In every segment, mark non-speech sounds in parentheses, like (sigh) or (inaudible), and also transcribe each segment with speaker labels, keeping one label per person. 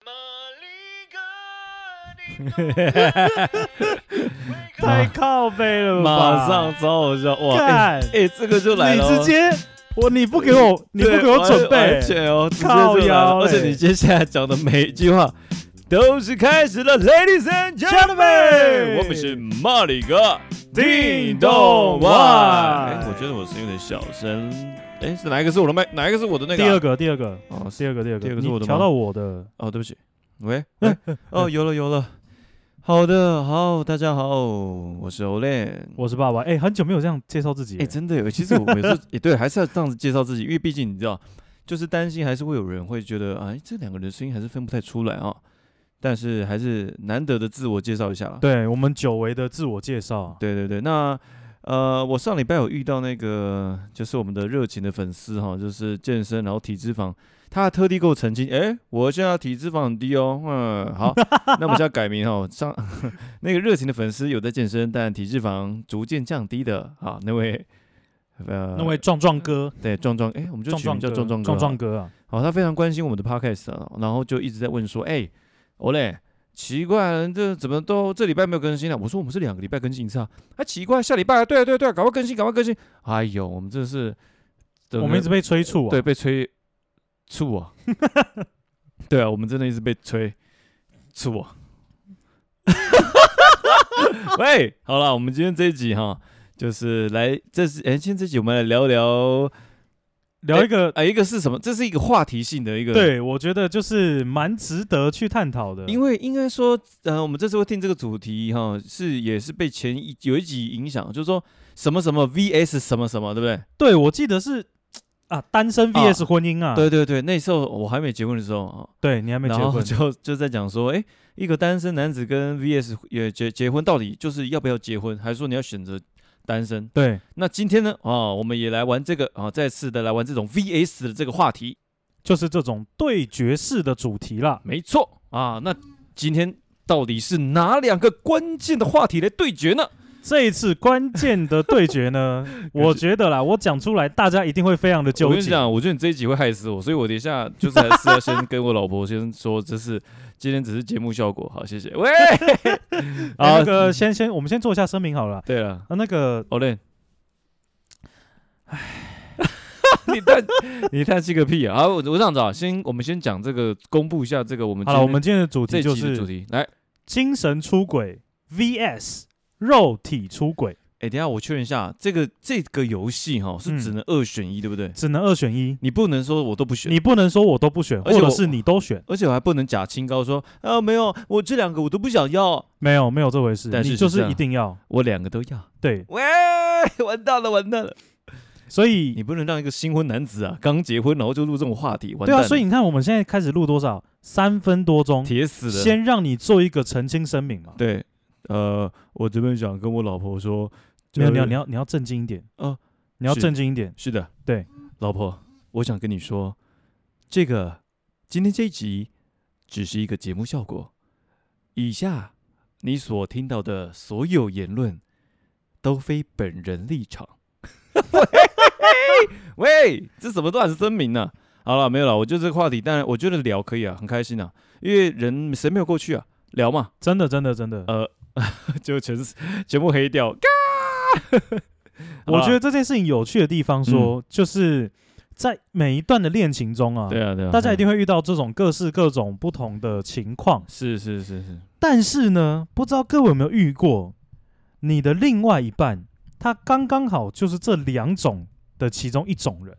Speaker 1: (laughs)
Speaker 2: (laughs)
Speaker 1: 太靠背了吧！
Speaker 2: 马上超好笑哇！哎、
Speaker 1: 干，
Speaker 2: 哎这个就来
Speaker 1: 你
Speaker 2: 了哦，
Speaker 1: 直接我你不给我，你不
Speaker 2: 对
Speaker 1: 给我准备
Speaker 2: 完，全哦，直接
Speaker 1: 靠
Speaker 2: 就来了
Speaker 1: 腰哎
Speaker 2: 而且
Speaker 1: 嘞
Speaker 2: 你接下来讲的每一句话都是开始了，Ladies and gentlemen，
Speaker 1: Gentlemen
Speaker 2: 我们是马里哥
Speaker 1: 叮咚哇
Speaker 2: 哎，我觉得我声音有点小声。哎，是哪一个是我的麦？哪一个是我的那个
Speaker 1: 第
Speaker 2: 啊、
Speaker 1: 二个，第二个，
Speaker 2: 哦，是
Speaker 1: 第二个，第二个，
Speaker 2: 第二个是
Speaker 1: 你
Speaker 2: 我的吗
Speaker 1: 调到我的，
Speaker 2: 哦，对不起，
Speaker 1: (laughs)
Speaker 2: 喂，喂哦，有了有了，好的，好，大家好，我是 Olen。
Speaker 1: 我是爸爸。哎，很久没有这样介绍自己
Speaker 2: 哎、
Speaker 1: 了，
Speaker 2: 真的有。其实我每次也对，还是要这样子介绍自己，因为毕竟你知道，就是担心还是会有人会觉得，哎，这两个人的声音还是分不太出来啊。但是还是难得的自我介绍一下啦。
Speaker 1: 对我们久违的自我介绍，
Speaker 2: 对对对，那呃，我上礼拜有遇到那个就是我们的热情的粉丝哈，就是健身然后体脂肪，他还特地给我澄清，哎，我现在体脂肪很低哦，嗯，好，那我们现在改名哈，上 (laughs) 那个热情的粉丝有在健身，但体脂肪逐渐降低的啊，那位呃，
Speaker 1: 那位壮壮哥，
Speaker 2: 对壮壮，哎，我们就
Speaker 1: 壮
Speaker 2: 取名
Speaker 1: 壮
Speaker 2: 叫
Speaker 1: 哥，
Speaker 2: 壮壮哥
Speaker 1: 壮
Speaker 2: 好了
Speaker 1: 壮哥啊，
Speaker 2: 好，他非常关心我们的 podcast，、啊、然后就一直在问说，哎、欧嘞，奇怪了，这怎么都这礼拜没有更新了、我说我们是两个礼拜更新一次啊，啊，奇怪，下礼拜、啊，对啊对啊对啊，赶快更新，赶快更新。哎呦，我们真的是，整
Speaker 1: 我
Speaker 2: 个
Speaker 1: 们一直被催促啊，
Speaker 2: 对，被催
Speaker 1: (laughs)
Speaker 2: 促啊，对啊，我们真的一直被催促啊。 (laughs) 喂，好了，我们今天这一集哈，就是来，这是哎，今天这集我们来聊聊
Speaker 1: 聊一个，
Speaker 2: 啊，一个是什么？这是一个话题性的一个
Speaker 1: 对我觉得就是蛮值得去探讨的，
Speaker 2: 因为应该说，呃，我们这次会定这个主题哈，是也是被前一有一集影响，就是说什么什么 VS 什么什么，对不对？
Speaker 1: 对我记得是啊，单身
Speaker 2: 啊
Speaker 1: VS 婚姻啊，
Speaker 2: 对对对，那时候我还没结婚的时候啊，
Speaker 1: 对你还没结
Speaker 2: 然后
Speaker 1: 婚，
Speaker 2: 就就在讲说，哎，一个单身男子跟 VS 也结结婚，到底就是要不要结婚，还是说你要选择单身？
Speaker 1: 对，
Speaker 2: 那今天呢，啊，我们也来玩这个啊，再次的来玩这种 VS 的这个话题，
Speaker 1: 就是这种对决式的主题啦，
Speaker 2: 没错啊，那今天到底是哪两个关键的话题来对决呢？
Speaker 1: 这一次关键的对决
Speaker 2: (laughs)
Speaker 1: 呢，我觉得啦，我讲出来大家一定会非常的
Speaker 2: 我
Speaker 1: 纠
Speaker 2: 跟你
Speaker 1: 结。
Speaker 2: 讲，我觉得你这一集会害死我，所以我等一下就是还是要先跟我老婆先说，这是今天只是节目效果。好，谢谢。
Speaker 1: (laughs)
Speaker 2: 喂，
Speaker 1: 啊，
Speaker 2: 啊
Speaker 1: 那，个先先，我们先做一下声明好了。
Speaker 2: 对了，
Speaker 1: 啊，那个
Speaker 2: 欧嘞，哎， (laughs) 你叹你叹气个屁啊！好，我我这样子啊，先我们先讲这个，公布一下这个我们
Speaker 1: 好
Speaker 2: 今
Speaker 1: 了，我
Speaker 2: 天
Speaker 1: 们今天的主
Speaker 2: 这
Speaker 1: 题
Speaker 2: 一
Speaker 1: 就
Speaker 2: 集的主
Speaker 1: 是
Speaker 2: 题。来，
Speaker 1: 精神出轨 VS 肉体出轨，
Speaker 2: 哎，等一下我确认一下，这个这个游戏哈是只
Speaker 1: 嗯
Speaker 2: 能二选一，对不对？
Speaker 1: 只能二选一，
Speaker 2: 你不能说我都不选。
Speaker 1: 你不能说我都不选，
Speaker 2: 而
Speaker 1: 或
Speaker 2: 且我
Speaker 1: 者是你都选，
Speaker 2: 而且我还不能假清高说啊，没有，我这两个我都不想要，
Speaker 1: 没有没有这回事，
Speaker 2: 但是
Speaker 1: 你就是
Speaker 2: 这
Speaker 1: 是
Speaker 2: 样
Speaker 1: 一定要
Speaker 2: 我两个都要。
Speaker 1: 对，
Speaker 2: 喂，完蛋了，完蛋了！
Speaker 1: 所以
Speaker 2: 你不能让一个新婚男子啊，刚结婚然后就录这种话题，完
Speaker 1: 对
Speaker 2: 蛋
Speaker 1: 啊，
Speaker 2: 了
Speaker 1: 所以你看我们现在开始录多少，三分多钟，
Speaker 2: 铁死了。
Speaker 1: 先让你做一个澄清声明嘛。
Speaker 2: 对，呃，我这边想跟我老婆说，
Speaker 1: 没有，你要你
Speaker 2: 要
Speaker 1: 要你要正经一点
Speaker 2: 哦，
Speaker 1: 你要
Speaker 2: 是
Speaker 1: 正经一点。
Speaker 2: 是的，
Speaker 1: 对，
Speaker 2: 老婆，我想跟你说，这个今天这一集只是一个节目效果，以下你所听到的所有言论都非本人立场。 (laughs) 喂，这什么乱声明呢、好了，没有了，我就这个话题，当然我觉得聊可以啊，很开心啊，因为人谁没有过去啊，聊嘛， (laughs)
Speaker 1: 真的，真的，真的，
Speaker 2: 呃，就全是全部黑掉。
Speaker 1: 我觉得这件事情有趣的地方说，就是在每一段的恋情中啊，
Speaker 2: 嗯对啊，对啊，
Speaker 1: 大家一定
Speaker 2: 会
Speaker 1: 会遇到这种各式各种不同的情况。
Speaker 2: 是是是是，
Speaker 1: 但是呢，不知道各位有没有遇过，你的另外一半，他刚刚好就是这两种的其中一种人，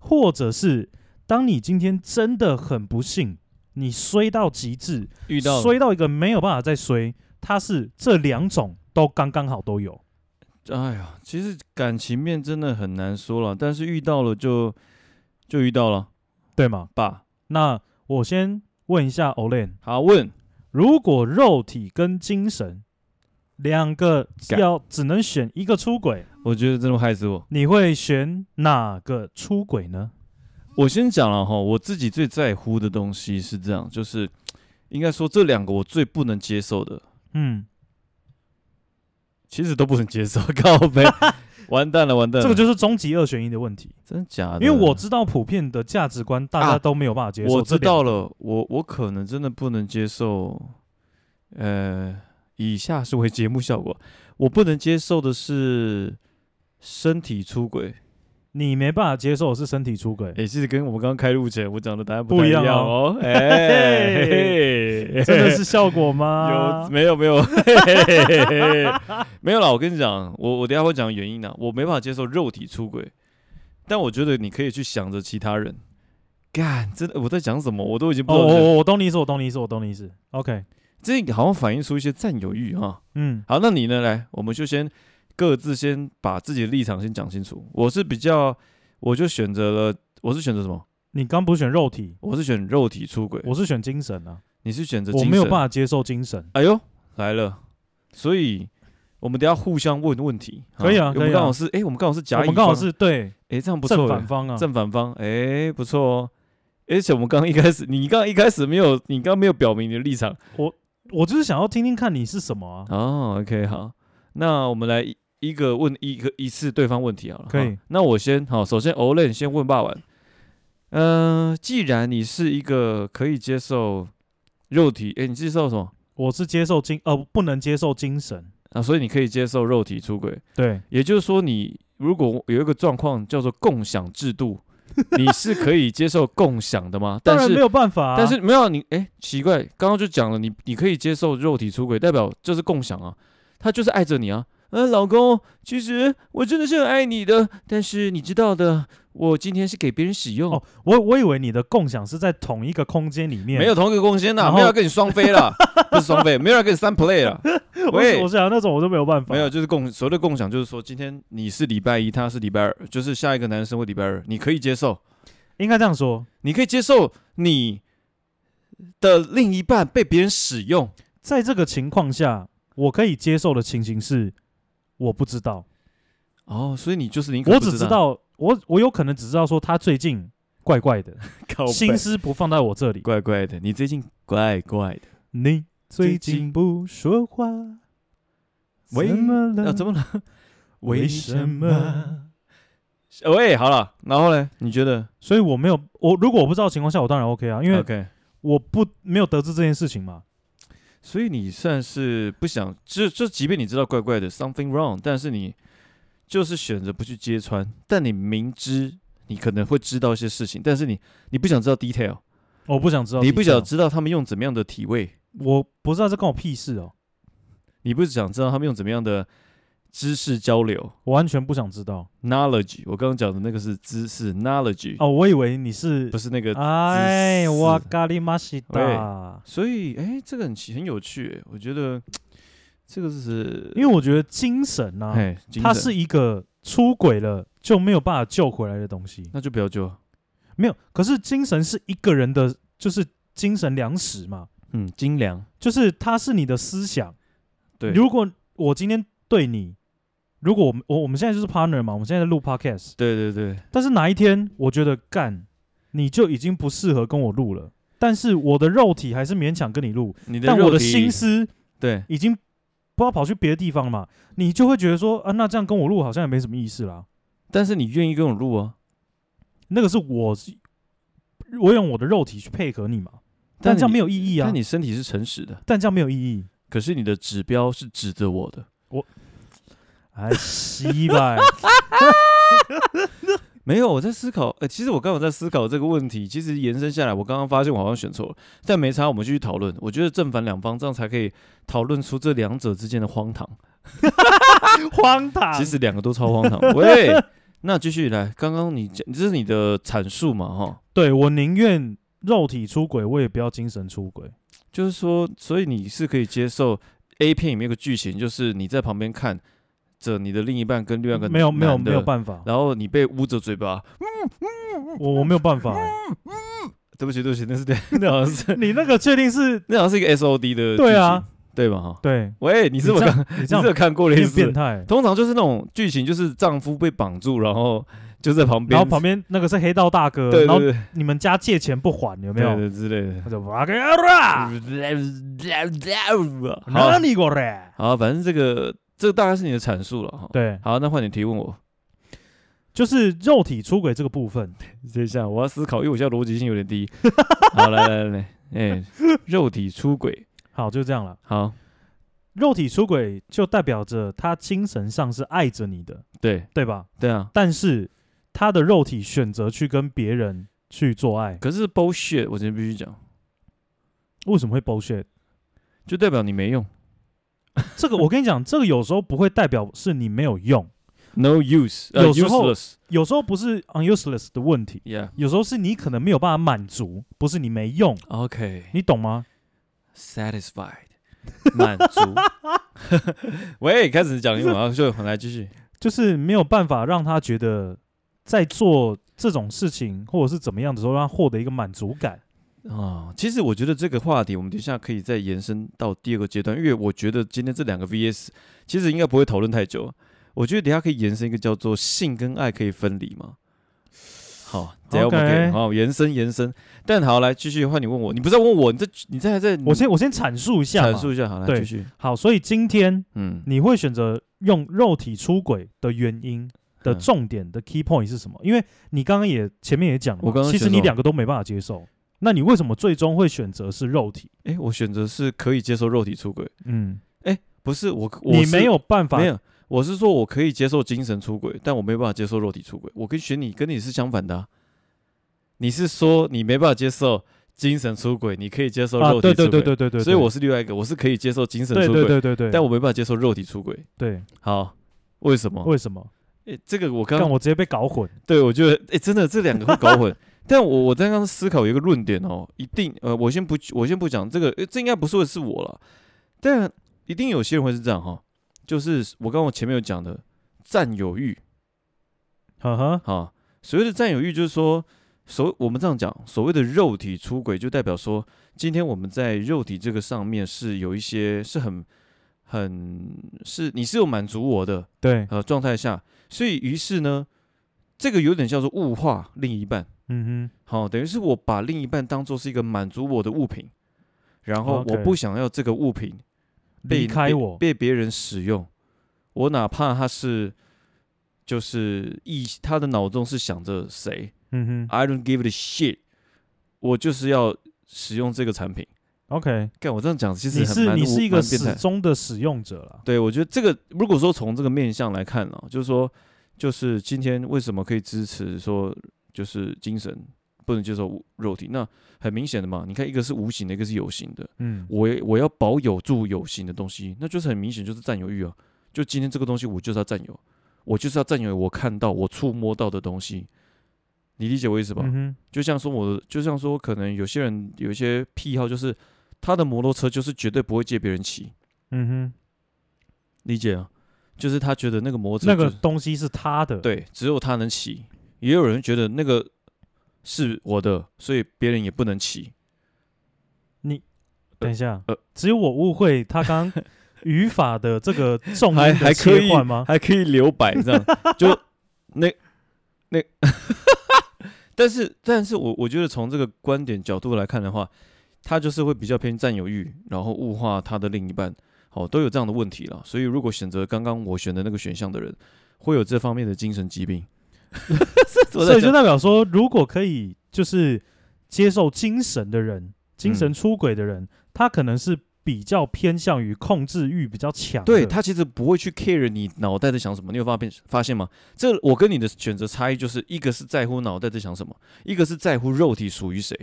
Speaker 1: 或者是当你今天真的很不幸，你衰到极致，
Speaker 2: 遇到
Speaker 1: 衰到一个没有办法再衰，他是这两种都刚刚好都有。
Speaker 2: 哎呀，其实感情面真的很难说了，但是遇到了就就遇到了
Speaker 1: 对吗？
Speaker 2: 吧。
Speaker 1: 那我先问一下 Olen，
Speaker 2: 好，问
Speaker 1: 如果肉体跟精神两个
Speaker 2: 干
Speaker 1: 要只能选一个出轨，
Speaker 2: 我觉得真的害死我。
Speaker 1: 你会选哪个出轨呢？
Speaker 2: 我先讲了哈，我自己最在乎的东西是这样，就是应该说这两个我最不能接受的，
Speaker 1: 嗯，
Speaker 2: 其实都不能接受， (laughs) 告白，完蛋了，完蛋了，
Speaker 1: 这个就是终极二选一的问题，
Speaker 2: 真假的？
Speaker 1: 因为我知道普遍的价值观大
Speaker 2: 啊
Speaker 1: 家都没有办法接受。
Speaker 2: 我知道
Speaker 1: 了，
Speaker 2: 了，我我可能真的不能接受呃，以下是为节目效果，我不能接受的是身体出轨。
Speaker 1: 你没办法接受是身体出
Speaker 2: (laughs)
Speaker 1: 轨，
Speaker 2: 诶，其实跟我们刚刚开录前我讲的答案
Speaker 1: 不
Speaker 2: 太
Speaker 1: 一
Speaker 2: 一
Speaker 1: 样 (laughs)
Speaker 2: 哦。哎、
Speaker 1: 嘿
Speaker 2: 嘿嘿
Speaker 1: 真的是啊效果吗
Speaker 2: 有？没有没有嘿嘿嘿嘿嘿没有啦，我跟你讲，我我等一下会讲原因的，我没办法接受肉体出轨，但我觉得你可以去想着其他人。干，真的我在讲什么？我都已经不
Speaker 1: 哦，
Speaker 2: 知道
Speaker 1: 我
Speaker 2: 了。
Speaker 1: 我我懂你意思，我懂你意思，我懂你意思。OK，
Speaker 2: 这好像反映出一些占有欲哈。
Speaker 1: 嗯，
Speaker 2: 好，那你呢？来，我们就先各自先把自己的立场先讲清楚。我是比较，我就选择了，我是选择什么？
Speaker 1: 你刚不是选肉体，
Speaker 2: 我是选肉体出轨，
Speaker 1: 我是选精神啊，
Speaker 2: 你是选择
Speaker 1: 我没有办
Speaker 2: 法。
Speaker 1: 法接受精神。
Speaker 2: 哎呦，来了，所以我们等一下互相问问题，
Speaker 1: 可以啊
Speaker 2: 我
Speaker 1: 可以
Speaker 2: 们
Speaker 1: 啊
Speaker 2: 刚好是，哎，我们刚好是甲
Speaker 1: 我
Speaker 2: 乙方，
Speaker 1: 们刚好是对
Speaker 2: 哎，这样不
Speaker 1: 正
Speaker 2: 错
Speaker 1: 反
Speaker 2: 耶，
Speaker 1: 方啊，
Speaker 2: 正反方，哎，不错哦。而且我们刚刚一开始，你刚刚一开始没有，你刚刚没有表明你的立场
Speaker 1: 我就是想要听听看你是什么啊。
Speaker 2: 哦，OK，好，那我们来一一个问一个一次对方问题好了。
Speaker 1: 可
Speaker 2: 哈
Speaker 1: 以
Speaker 2: 那我先好，首先 Olen 先问霸王。嗯，既然你是一个可以接受肉体，诶，你接受什么
Speaker 1: 我是接受精呃不能接受精神，
Speaker 2: 啊？所以你可以接受肉体出轨，
Speaker 1: 对，
Speaker 2: 也就是说，你如果有一个状况叫做共享
Speaker 1: (laughs)
Speaker 2: 制度，你是可以接受共享的吗？
Speaker 1: 当
Speaker 2: 但
Speaker 1: 然
Speaker 2: 是
Speaker 1: 没有办法、啊，
Speaker 2: 但是没有啊你，哎、奇怪，刚刚就讲了，你你可以接受肉体出轨，代表这是共享啊，他就是爱着你啊。呃，老公，其实我真的是很爱你的，但是你知道的，我今天是给别人使用，
Speaker 1: 哦，我我以为你的共享是在同一个空间里面，
Speaker 2: 没有，同一个空间啦，
Speaker 1: 然后哦
Speaker 2: 没有要跟你双飞
Speaker 1: (laughs)
Speaker 2: 啦，不是双飞，没有要跟你三 play 啦，
Speaker 1: 我
Speaker 2: 喂
Speaker 1: 我想那种我都没有办法，
Speaker 2: 没有，就是共所谓的共享，就是说今天你是礼拜一，他是礼拜二，就是下一个男生或礼拜二，你可以接受，
Speaker 1: 应该这样说，
Speaker 2: 你可以接受你的另一半被别人使用，
Speaker 1: 在这个情况下，我可以接受的情形是，我不知道，
Speaker 2: 哦，所以你就是你，
Speaker 1: 我只知道我我有可能只知道说他最近怪怪的，
Speaker 2: 靠背
Speaker 1: 心思不放在我这里，
Speaker 2: 怪怪的，你最近怪怪的，
Speaker 1: 你最
Speaker 2: 最近
Speaker 1: 近不说话，
Speaker 2: 喂
Speaker 1: 怎么了？
Speaker 2: 啊，怎么了？
Speaker 1: (laughs) 为什么？
Speaker 2: 喂，好了，然后呢？你觉得？
Speaker 1: 所以我没有我如果我不知道的情况下，我当然 OK 啊，因为
Speaker 2: OK，
Speaker 1: 我不没有得知这件事情嘛。
Speaker 2: 所以你算是不想，就就即便你知道怪怪的 something wrong，但是你就是选择不去揭穿，但你明知你可能会知道一些事情，但是你你不想知道 detail，
Speaker 1: 我不想知道
Speaker 2: 你不
Speaker 1: detail
Speaker 2: 想，知道他们用怎么样的体位，
Speaker 1: 我不知道这关我屁事哦，
Speaker 2: 你不想知道他们用怎么样的知识交流。
Speaker 1: 我完全不想知道
Speaker 2: knowledge，我刚刚讲的那个是知识 knowledge，、
Speaker 1: 哦。我以为你是
Speaker 2: 不是那个
Speaker 1: 哎，哇
Speaker 2: 知识
Speaker 1: 咖喱玛西达，
Speaker 2: 所以，哎、这个很奇很有趣、诶我觉得这个是
Speaker 1: 因为我觉得精神呢、
Speaker 2: 哎，精
Speaker 1: 它
Speaker 2: 神
Speaker 1: 是一个出轨了就没有办法救回来的东西。
Speaker 2: 那就不要救，
Speaker 1: 没有，可是精神是一个人的，就是精神粮食嘛，
Speaker 2: 嗯，精良，
Speaker 1: 就是它是你的思想。
Speaker 2: 对，
Speaker 1: 如果我今天对你，如果我们我我们现在就是 partner 嘛，我们现在在录 podcast，
Speaker 2: 对对对，
Speaker 1: 但是哪一天我觉得干，你就已经不适合跟我录了。但是我的肉体还是勉强跟你录，
Speaker 2: 你的
Speaker 1: 但我
Speaker 2: 肉
Speaker 1: 的
Speaker 2: 体
Speaker 1: 心思
Speaker 2: 对，
Speaker 1: 已经不知道跑去别的地方了嘛，你就会觉得说啊，那这样跟我录好像也没什么意思啦。
Speaker 2: 但是你愿意跟我录啊，
Speaker 1: 那个是我是我用我的肉体去配合你嘛，但
Speaker 2: 你
Speaker 1: 这样没有意义啊
Speaker 2: 但，你身体是诚实的，
Speaker 1: 但这样没有意义。
Speaker 2: 可是你的指标是指着我的， (laughs)
Speaker 1: 哎，西吧，
Speaker 2: 没有，我在思考，呃，其实我刚刚有在思考这个问题，其实延伸下来，我刚刚发现我好像选错了，但没差，我们继续讨论，我觉得正反两方这样才可以讨论出这两者之间的荒唐。
Speaker 1: 荒唐。啊
Speaker 2: 其实两个都超
Speaker 1: (laughs)
Speaker 2: 荒唐。喂，那继续来，刚刚你讲，这是你的阐述嘛？哈，
Speaker 1: 对我宁愿肉体出轨，我也不要精神出轨。
Speaker 2: 就是说，所以你是可以接受 A 片里面有个剧情，就是你在旁边看着你的另一半跟另外一个
Speaker 1: 没有没有
Speaker 2: 男的
Speaker 1: 没有，办法，
Speaker 2: 然后你被捂着嘴巴。
Speaker 1: 我我没有办法欸、
Speaker 2: 对不起，对不起，那是对，那好像
Speaker 1: (laughs)
Speaker 2: 是
Speaker 1: 你那个确定是？
Speaker 2: (laughs) 那好像是一个 S O D 的，
Speaker 1: 对啊，，
Speaker 2: 对吧？哈，
Speaker 1: 对，
Speaker 2: 喂，你是不是
Speaker 1: 这
Speaker 2: 看
Speaker 1: 样你
Speaker 2: 你
Speaker 1: 这
Speaker 2: 是不是
Speaker 1: 样
Speaker 2: 看过类
Speaker 1: 变
Speaker 2: 似
Speaker 1: 变
Speaker 2: 的？
Speaker 1: 态。
Speaker 2: 通常就是那种剧情，就是丈夫被绑住，然后就在旁边，
Speaker 1: 然后旁边那个是黑道大哥，
Speaker 2: 对
Speaker 1: 然
Speaker 2: 对
Speaker 1: 后
Speaker 2: 对，
Speaker 1: 你们家借钱不还，有没
Speaker 2: 对
Speaker 1: 有？
Speaker 2: 对之类的。
Speaker 1: 他就哇给啦，
Speaker 2: 嗯好
Speaker 1: 哪里过来？
Speaker 2: 好，反正这个这个大概是你的阐述了哈。，
Speaker 1: 对，
Speaker 2: 好，那换你提问我。
Speaker 1: 就是肉体出轨这个部分，
Speaker 2: (laughs) 等一下，我要思考，因为我现在逻辑性有点低。好，来来来来，哎、肉体出轨，
Speaker 1: 好，就这样了。
Speaker 2: 好，
Speaker 1: 肉体出轨就代表着他精神上是爱着你的，
Speaker 2: 对
Speaker 1: 对吧？
Speaker 2: 对啊。
Speaker 1: 但是他的肉体选择去跟别人去做爱，
Speaker 2: 可是 bullshit，我真的必须讲，
Speaker 1: 为什么会 bullshit？
Speaker 2: 就代表你没用
Speaker 1: 这个我跟你讲，这个有时候不会代表是你没有用，
Speaker 2: ，no use，呃
Speaker 1: 有时候
Speaker 2: useless，
Speaker 1: 有时候不是 unuseless 的问题，
Speaker 2: yeah。
Speaker 1: 有时候是你可能没有办法满足，不是你没用，
Speaker 2: OK，satisfied，、
Speaker 1: 你懂吗？
Speaker 2: (laughs) 满足。 (laughs) 喂，开始讲英文，然后就来继续。
Speaker 1: 就是没有办法让他觉得在做这种事情或者是怎么样的时候，让他获得一个满足感。
Speaker 2: 哦，其实我觉得这个话题，我们等一下可以再延伸到第二个阶段，因为我觉得今天这两个 VS 其实应该不会讨论太久。我觉得等一下可以延伸一个叫做“性跟爱可以分离”吗？好，等一下我们可以
Speaker 1: OK
Speaker 2: 好延伸延伸。但好，来继续换你问我，你不是在问我，你这你这还在
Speaker 1: 我先我先阐述一下嘛，
Speaker 2: 嗯阐述一下，好，来
Speaker 1: 对
Speaker 2: 继续。
Speaker 1: 好，所以今天
Speaker 2: 嗯，
Speaker 1: 你会选择用肉体出轨的原因的
Speaker 2: 嗯
Speaker 1: 重点的 key point 是什么？因为你刚刚也前面也讲了嘛，
Speaker 2: 我刚刚
Speaker 1: 其实
Speaker 2: 选
Speaker 1: 你
Speaker 2: 什么
Speaker 1: 两个都没办法接受，那你为什么最终会选择是肉体？
Speaker 2: 诶，我选择是可以接受肉体出轨，
Speaker 1: 嗯，
Speaker 2: 不是我，我
Speaker 1: 你
Speaker 2: 是
Speaker 1: 没有办法
Speaker 2: 没，有，我是说我可以接受精神出轨，但我没有办法接受肉体出轨。我跟选你跟你是相反的啊、你是说你没办法接受精神出轨，你可以接受
Speaker 1: 啊，
Speaker 2: 肉体
Speaker 1: 对
Speaker 2: 出
Speaker 1: 对
Speaker 2: 轨，
Speaker 1: 对对对对，
Speaker 2: 所以我是另外一个，我是可以接受精神
Speaker 1: 对
Speaker 2: 出轨，
Speaker 1: 对对对对，
Speaker 2: 但我没办法接受肉体出轨。
Speaker 1: 对
Speaker 2: 好，为什么？
Speaker 1: 为什么？
Speaker 2: 诶，这个我刚
Speaker 1: 但我直接被搞混，
Speaker 2: (laughs) 对，我觉得，哎、真的这两个会搞混。但我我在刚刚思考有一个论点哦，一定，呃，我先不，我先不讲这个，呃这应该不是会是我了。但一定有些人会是这样哈、就是我刚刚我前面有讲的占有欲嗯
Speaker 1: 呵呵，
Speaker 2: 哈、所谓的占有欲就是说，所我们这样讲，所谓的肉体出轨，就代表说，今天我们在肉体这个上面是有一些是很很是你是有满足我的，
Speaker 1: 对，
Speaker 2: 呃状态下，所以于是呢，这个有点像是物化另一半，
Speaker 1: 嗯
Speaker 2: 好、等于是我把另一半当做是一个满足我的物品，然后
Speaker 1: OK
Speaker 2: 我不想要这个物品
Speaker 1: 哼，
Speaker 2: 被
Speaker 1: 离开我，
Speaker 2: 被被别人使用，我哪怕他是就是意他的脑中是想着谁
Speaker 1: 嗯哼
Speaker 2: ，I don't give a shit，我就是要使用这个产品。
Speaker 1: ，OK，
Speaker 2: 干我这样讲，其实
Speaker 1: 你
Speaker 2: 很
Speaker 1: 是
Speaker 2: 蛮
Speaker 1: 你
Speaker 2: 无
Speaker 1: 是一个
Speaker 2: 蛮变态
Speaker 1: 始终的使用者了，
Speaker 2: 对，我觉得这个如果说从这个面向来看啊，就是说，就是今天为什么可以支持说，就是精神不能接受物肉体？那很明显的嘛，你看一个是无形的，一个是有形的。
Speaker 1: 嗯，
Speaker 2: 我也我要保有住有形的东西，那就是很明显就是占有欲啊。就今天这个东西，我就是要占有，我就是要占有我看到、我触摸到的东西。你理解我意思吧？
Speaker 1: 嗯哼，
Speaker 2: 就像说我的，就像说可能有些人有一些癖好，就是他的摩托车就是绝对不会借别人骑。
Speaker 1: 嗯哼，
Speaker 2: 理解啊，就是他觉得那个摩托车
Speaker 1: 那个
Speaker 2: 就是
Speaker 1: 东西是他的，，
Speaker 2: 对，只有他能骑，也有人觉得那个是我的，所以别人也不能骑。
Speaker 1: 等一下
Speaker 2: 呃，
Speaker 1: 只有我误会他刚刚语法的这
Speaker 2: (laughs)
Speaker 1: 个重音
Speaker 2: 还
Speaker 1: 的
Speaker 2: 还可
Speaker 1: 切
Speaker 2: 以
Speaker 1: 换吗？
Speaker 2: 还可以留白这样， (laughs) 就那那， (laughs) 但是但是我我觉得从这个观点角度来看的话，他就是会比较偏占有欲，然后物化他的另一半，好、都有这样的问题了。所以如果选择刚刚我选的那个选项的人，会有这方面的精神疾病。 (laughs) 我在
Speaker 1: 所以就
Speaker 2: 讲
Speaker 1: 代表说，如果可以就是接受精神的人，精神
Speaker 2: 嗯
Speaker 1: 出轨的人，他可能是比较偏向于控制欲比较强的，
Speaker 2: 对他其实不会去 care 你脑袋在想什么，你有发现发现吗？这我跟你的选择差异就是一个是在乎脑袋在想什么，一个是在乎肉体属于谁，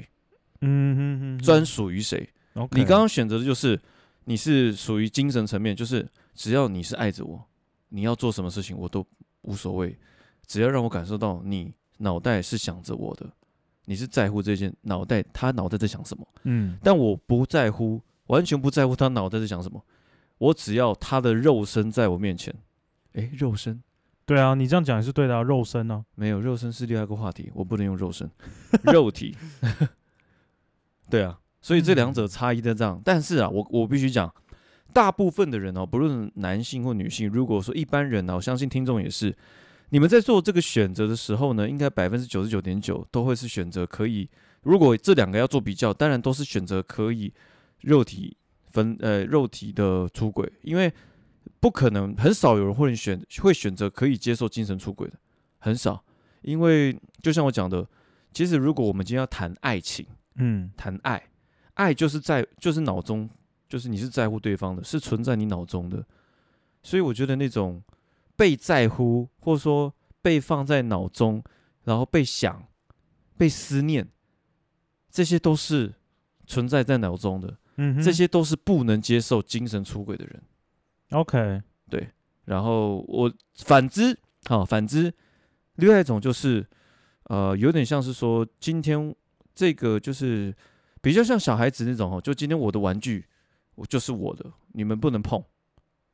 Speaker 1: 嗯哼哼哼，
Speaker 2: 专属于谁。
Speaker 1: OK，
Speaker 2: 你刚刚选择的就是你是属于精神层面，就是只要你是爱着我，你要做什么事情我都无所谓，只要让我感受到你脑袋是想着我的，你是在乎这件脑袋他脑袋在想什么。
Speaker 1: 嗯
Speaker 2: 但我不在乎，完全不在乎他脑袋在想什么，我只要他的肉身在我面前。诶，肉身
Speaker 1: 对啊，你这样讲也是对的、啊，肉身呢、
Speaker 2: 没有，肉身是另外一个话题，我不能用肉身，肉体。 (laughs) 对啊，所以这两者差异在这样。但是啊，我我必须讲，大部分的人哦，不论男性或女性，如果说一般人哦呢、我相信听众也是，你们在做这个选择的时候呢，应该百分之九十九点九都会是选择可以。如果这两个要做比较，当然都是选择可以肉体分呃肉体的出轨，因为不可能很少有人会选会选择可以接受精神出轨的，很少。因为就像我讲的，其实如果我们今天要谈爱情，
Speaker 1: 嗯
Speaker 2: 谈爱，爱就是在就是脑中就是你是在乎对方的，是存在你脑中的。所以我觉得那种被在乎，或者说被放在脑中，然后被想、被思念，这些都是存在在脑中的，
Speaker 1: 嗯哼，
Speaker 2: 这些都是不能接受精神出轨的人。
Speaker 1: OK，
Speaker 2: 然后我反之，好、反之，另外一种就是，呃，有点像是说，今天这个就是比较像小孩子那种哦，就今天我的玩具，我就是我的，你们不能碰，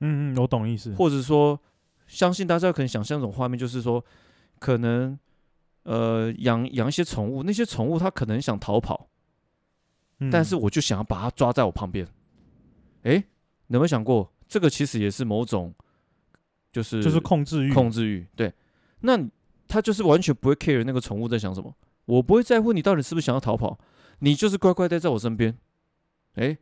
Speaker 1: 嗯嗯，我懂意思。
Speaker 2: 或者说，相信大家可能想象一种画面，就是说，可能呃养养一些宠物，那些宠物它可能想逃跑，
Speaker 1: 嗯
Speaker 2: 但是我就想要把它抓在我旁边，诶，你有没有想过，这个其实也是某种。就是
Speaker 1: 就是控制欲，
Speaker 2: 呃控制欲，对，那你他就是完全不会 care 那个宠物在想什么，我不会在乎你到底是不是想要逃跑，你就是乖乖待在我身边，诶，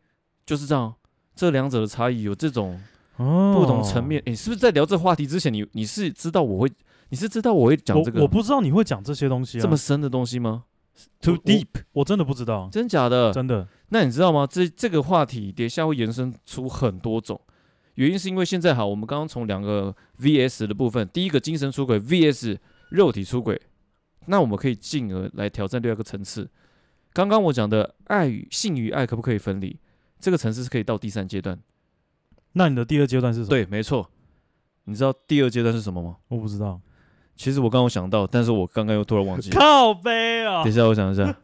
Speaker 2: 就是这样，啊这两者的差异有这种
Speaker 1: 哦
Speaker 2: 不同层面，。诶，是不是在聊这话题之前，你你是知道我会，你是知道我会讲这
Speaker 1: 我我
Speaker 2: 个
Speaker 1: 不知道你会讲这些东西啊，
Speaker 2: 这么深的东西吗？Too
Speaker 1: 我
Speaker 2: deep，
Speaker 1: 我真的不知道，
Speaker 2: 真假的？
Speaker 1: 真的。
Speaker 2: 那你知道吗？这这个话题底下会延伸出很多种，原因是因为现在好，我们刚刚从两个 VS 的部分，第一个精神出轨 VS 肉体出轨，那我们可以进而来挑战第二个层次。刚刚我讲的爱与性与爱可不可以分离，这个层次是可以到第三阶段。
Speaker 1: 那你的第二阶段是什么？，
Speaker 2: 对，没错。你知道第二阶段是什么吗？
Speaker 1: 我不知道。
Speaker 2: 其实我刚刚有想到，但是我刚刚又突然忘记了。
Speaker 1: 靠背啊
Speaker 2: 等一下，我想一下，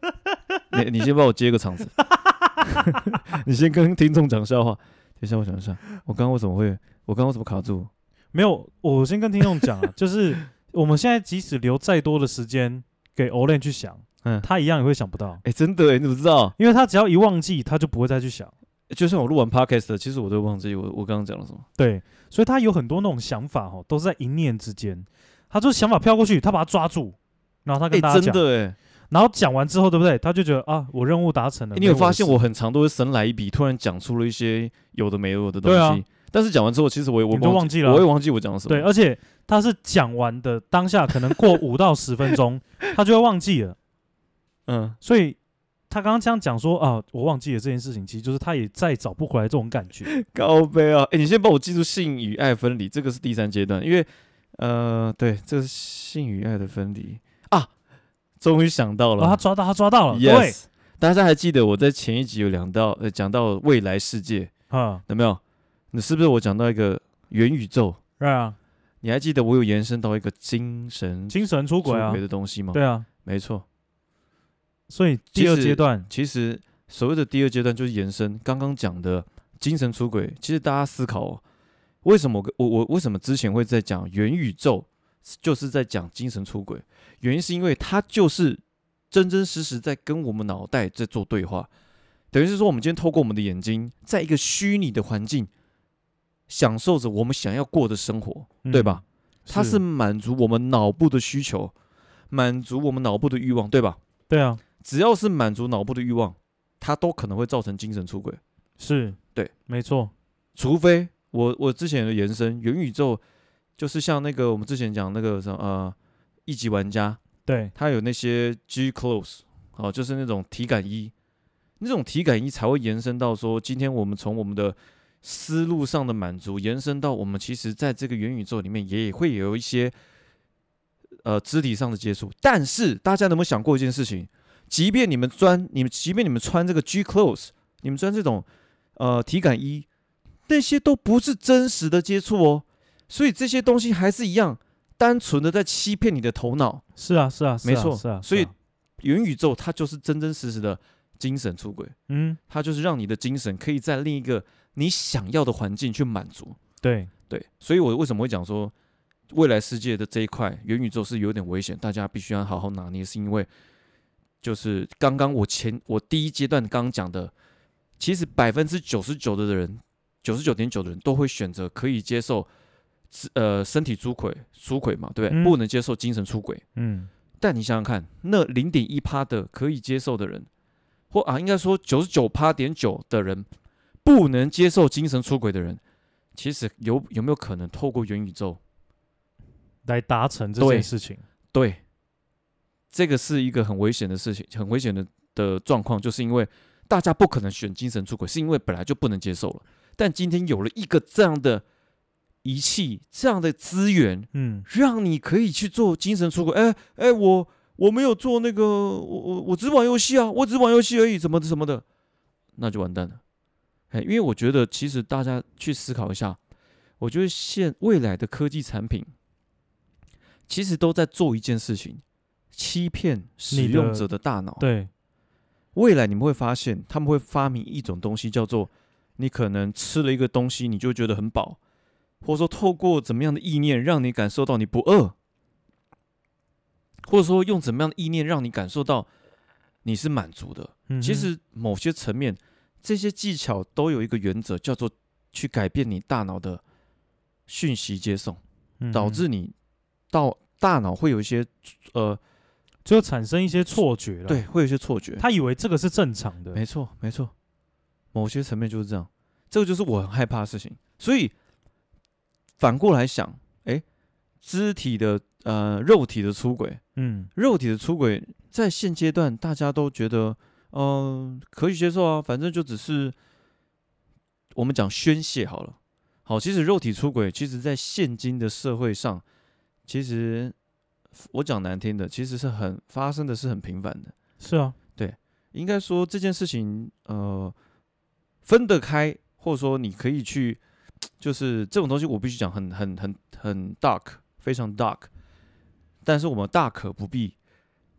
Speaker 2: 你你先帮我接个场
Speaker 1: (laughs)
Speaker 2: 子， (laughs) 你先跟听众讲笑话。等一下，我想一下，我刚刚为什么会，我刚刚为什么卡住？
Speaker 1: 没有，我先跟听众讲
Speaker 2: (laughs)
Speaker 1: 啊，就是我们现在即使留再多的时间给 Olen 去想，
Speaker 2: 嗯，
Speaker 1: 他一样也会想不到，
Speaker 2: 哎、真的哎，你怎么知道？
Speaker 1: 因为他只要一忘记，他就不会再去想。
Speaker 2: 就像我录完 podcast，其实我都忘记我我刚刚讲了什么。
Speaker 1: 对，所以他有很多那种想法哦，都是在一念之间。他就想法飘过去，他把它抓住，然后他
Speaker 2: 哎、
Speaker 1: 跟大家
Speaker 2: 真
Speaker 1: 讲，
Speaker 2: 的哎、
Speaker 1: 然后讲完之后，对不对？他就觉得啊，我任务达成了。
Speaker 2: 诶哎你有
Speaker 1: 没的
Speaker 2: 发现
Speaker 1: 事
Speaker 2: 我很常都会神来一笔，突然讲出了一些有的没有的东西。
Speaker 1: 对啊
Speaker 2: 但是讲完之后，其实我也我
Speaker 1: 你都
Speaker 2: 忘
Speaker 1: 忘记了
Speaker 2: 我会忘记我讲了什么。
Speaker 1: 对，而且他是讲完的当下，可能过五到十分
Speaker 2: (laughs)
Speaker 1: 钟，他就会忘记了。
Speaker 2: 嗯，
Speaker 1: 所以他刚刚这样讲说啊，我忘记了这件事情，其实就是他也再也找不回来这种感
Speaker 2: (laughs)
Speaker 1: 觉。
Speaker 2: 高杯啊！哎、你先帮我记住性与爱分离，这个是第三阶段，因为呃，对，这是性与爱的分离啊，终于想到
Speaker 1: 哦
Speaker 2: 了。
Speaker 1: 然后他抓到，他抓到了，对
Speaker 2: yes，大家还记得我在前一集有讲到呃讲到未来世界
Speaker 1: 啊，
Speaker 2: 有没有？你是不是我讲到一个元宇宙？
Speaker 1: 对啊，
Speaker 2: 你还记得我有延伸到一个精神
Speaker 1: 精神出轨啊，
Speaker 2: 的东西吗？，
Speaker 1: 对啊，
Speaker 2: 没错。
Speaker 1: 所以第二阶段，
Speaker 2: 其实所谓的第二阶段就是延伸刚刚讲的精神出轨。其实大家思考、哦，为什么我我我为什么之前会在讲元宇宙，就是在讲精神出轨？原因是因为它就是真真实实在跟我们脑袋在做对话，等于是说我们今天透过我们的眼睛，在一个虚拟的环境，享受着我们想要过的生活，
Speaker 1: 嗯
Speaker 2: 对吧？它是满足我们脑部的需求，满足我们脑部的欲望，对吧？
Speaker 1: 对啊，
Speaker 2: 只要是满足脑部的欲望，它都可能会造成精神出轨。
Speaker 1: 是，
Speaker 2: 对，
Speaker 1: 没错，
Speaker 2: 除非我我之前的延伸元宇宙，就是像那个我们之前讲那个什么呃一级玩家，
Speaker 1: 对，
Speaker 2: 他有那些 G close 哦，就是那种体感衣，那种体感衣才会延伸到说，今天我们从我们的思路上的满足，延伸到我们其实在这个元宇宙里面也会有一些呃肢体上的接触。但是大家有没有想过一件事情？即便你们穿你们，即便你们穿这个 G close，你们穿这种呃体感衣，那些都不是真实的接触哦，所以这些东西还是一样单纯的在欺骗你的头脑。
Speaker 1: 是啊，是啊，是啊
Speaker 2: 没错
Speaker 1: 是啊，
Speaker 2: 所以
Speaker 1: 是啊
Speaker 2: 元宇宙它就是真真实实的精神出轨，
Speaker 1: 嗯，
Speaker 2: 它就是让你的精神可以在另一个你想要的环境去满足。
Speaker 1: 对，
Speaker 2: 对，所以我为什么会讲说未来世界的这一块元宇宙是有点危险，大家必须要好好拿捏，是因为就是刚刚我前我第一阶段刚刚讲的，其实百分之九十九的人，九十九点九的人都会选择可以接受。呃，身体出轨，出轨嘛，对不对？
Speaker 1: 嗯
Speaker 2: 不能接受精神出轨，
Speaker 1: 嗯，
Speaker 2: 但你想想看，那零点一趴的可以接受的人，或啊，应该说九十九趴点九的人不能接受精神出轨的人，其实有有没有可能透过元宇宙？
Speaker 1: 来达成这
Speaker 2: 对
Speaker 1: 件事情。
Speaker 2: 对，这个是一个很危险的事情，很危险的的状况，就是因为大家不可能选精神出轨，是因为本来就不能接受了。但今天有了一个这样的仪器，这样的资源，
Speaker 1: 嗯，
Speaker 2: 让你可以去做精神出轨。哎哎，我我没有做那个，我我我只玩游戏啊，我只玩游戏而已，什么的什么的，那就完蛋了。哎，因为我觉得其实大家去思考一下，我觉得现未来的科技产品其实都在做一件事情，欺骗使
Speaker 1: 你的
Speaker 2: 用者的大脑。
Speaker 1: 对，
Speaker 2: 未来你们会发现，他们会发明一种东西，叫做你可能吃了一个东西，你就觉得很饱，或者说透过怎么样的意念让你感受到你不饿，或者说用怎么样的意念让你感受到你是满足的。
Speaker 1: 嗯
Speaker 2: 其
Speaker 1: 哼
Speaker 2: 实某些层面，这些技巧都有一个原则，叫做去改变你大脑的讯息接送，
Speaker 1: 嗯
Speaker 2: 导
Speaker 1: 哼
Speaker 2: 致你到大脑会有一些呃，
Speaker 1: 就产生一些错觉了。，
Speaker 2: 对，会有一些错觉。
Speaker 1: 他以为这个是正常的。
Speaker 2: 没错，没错，某些层面就是这样，这个就是我很害怕的事情。所以反过来想，哎，肢体的呃肉体的出轨，
Speaker 1: 嗯，
Speaker 2: 肉体的出轨，在现阶段大家都觉得，嗯、可以接受啊，反正就只是我们讲宣泄好了。好，其实肉体出轨，其实在现今的社会上，其实我讲难听的，其实是很发生的是很频繁的。
Speaker 1: 是啊，
Speaker 2: 应该说这件事情，呃，分得开，或者说你可以去，就是这种东西，我必须讲很很很很 dark，非常 dark。但是我们大可不必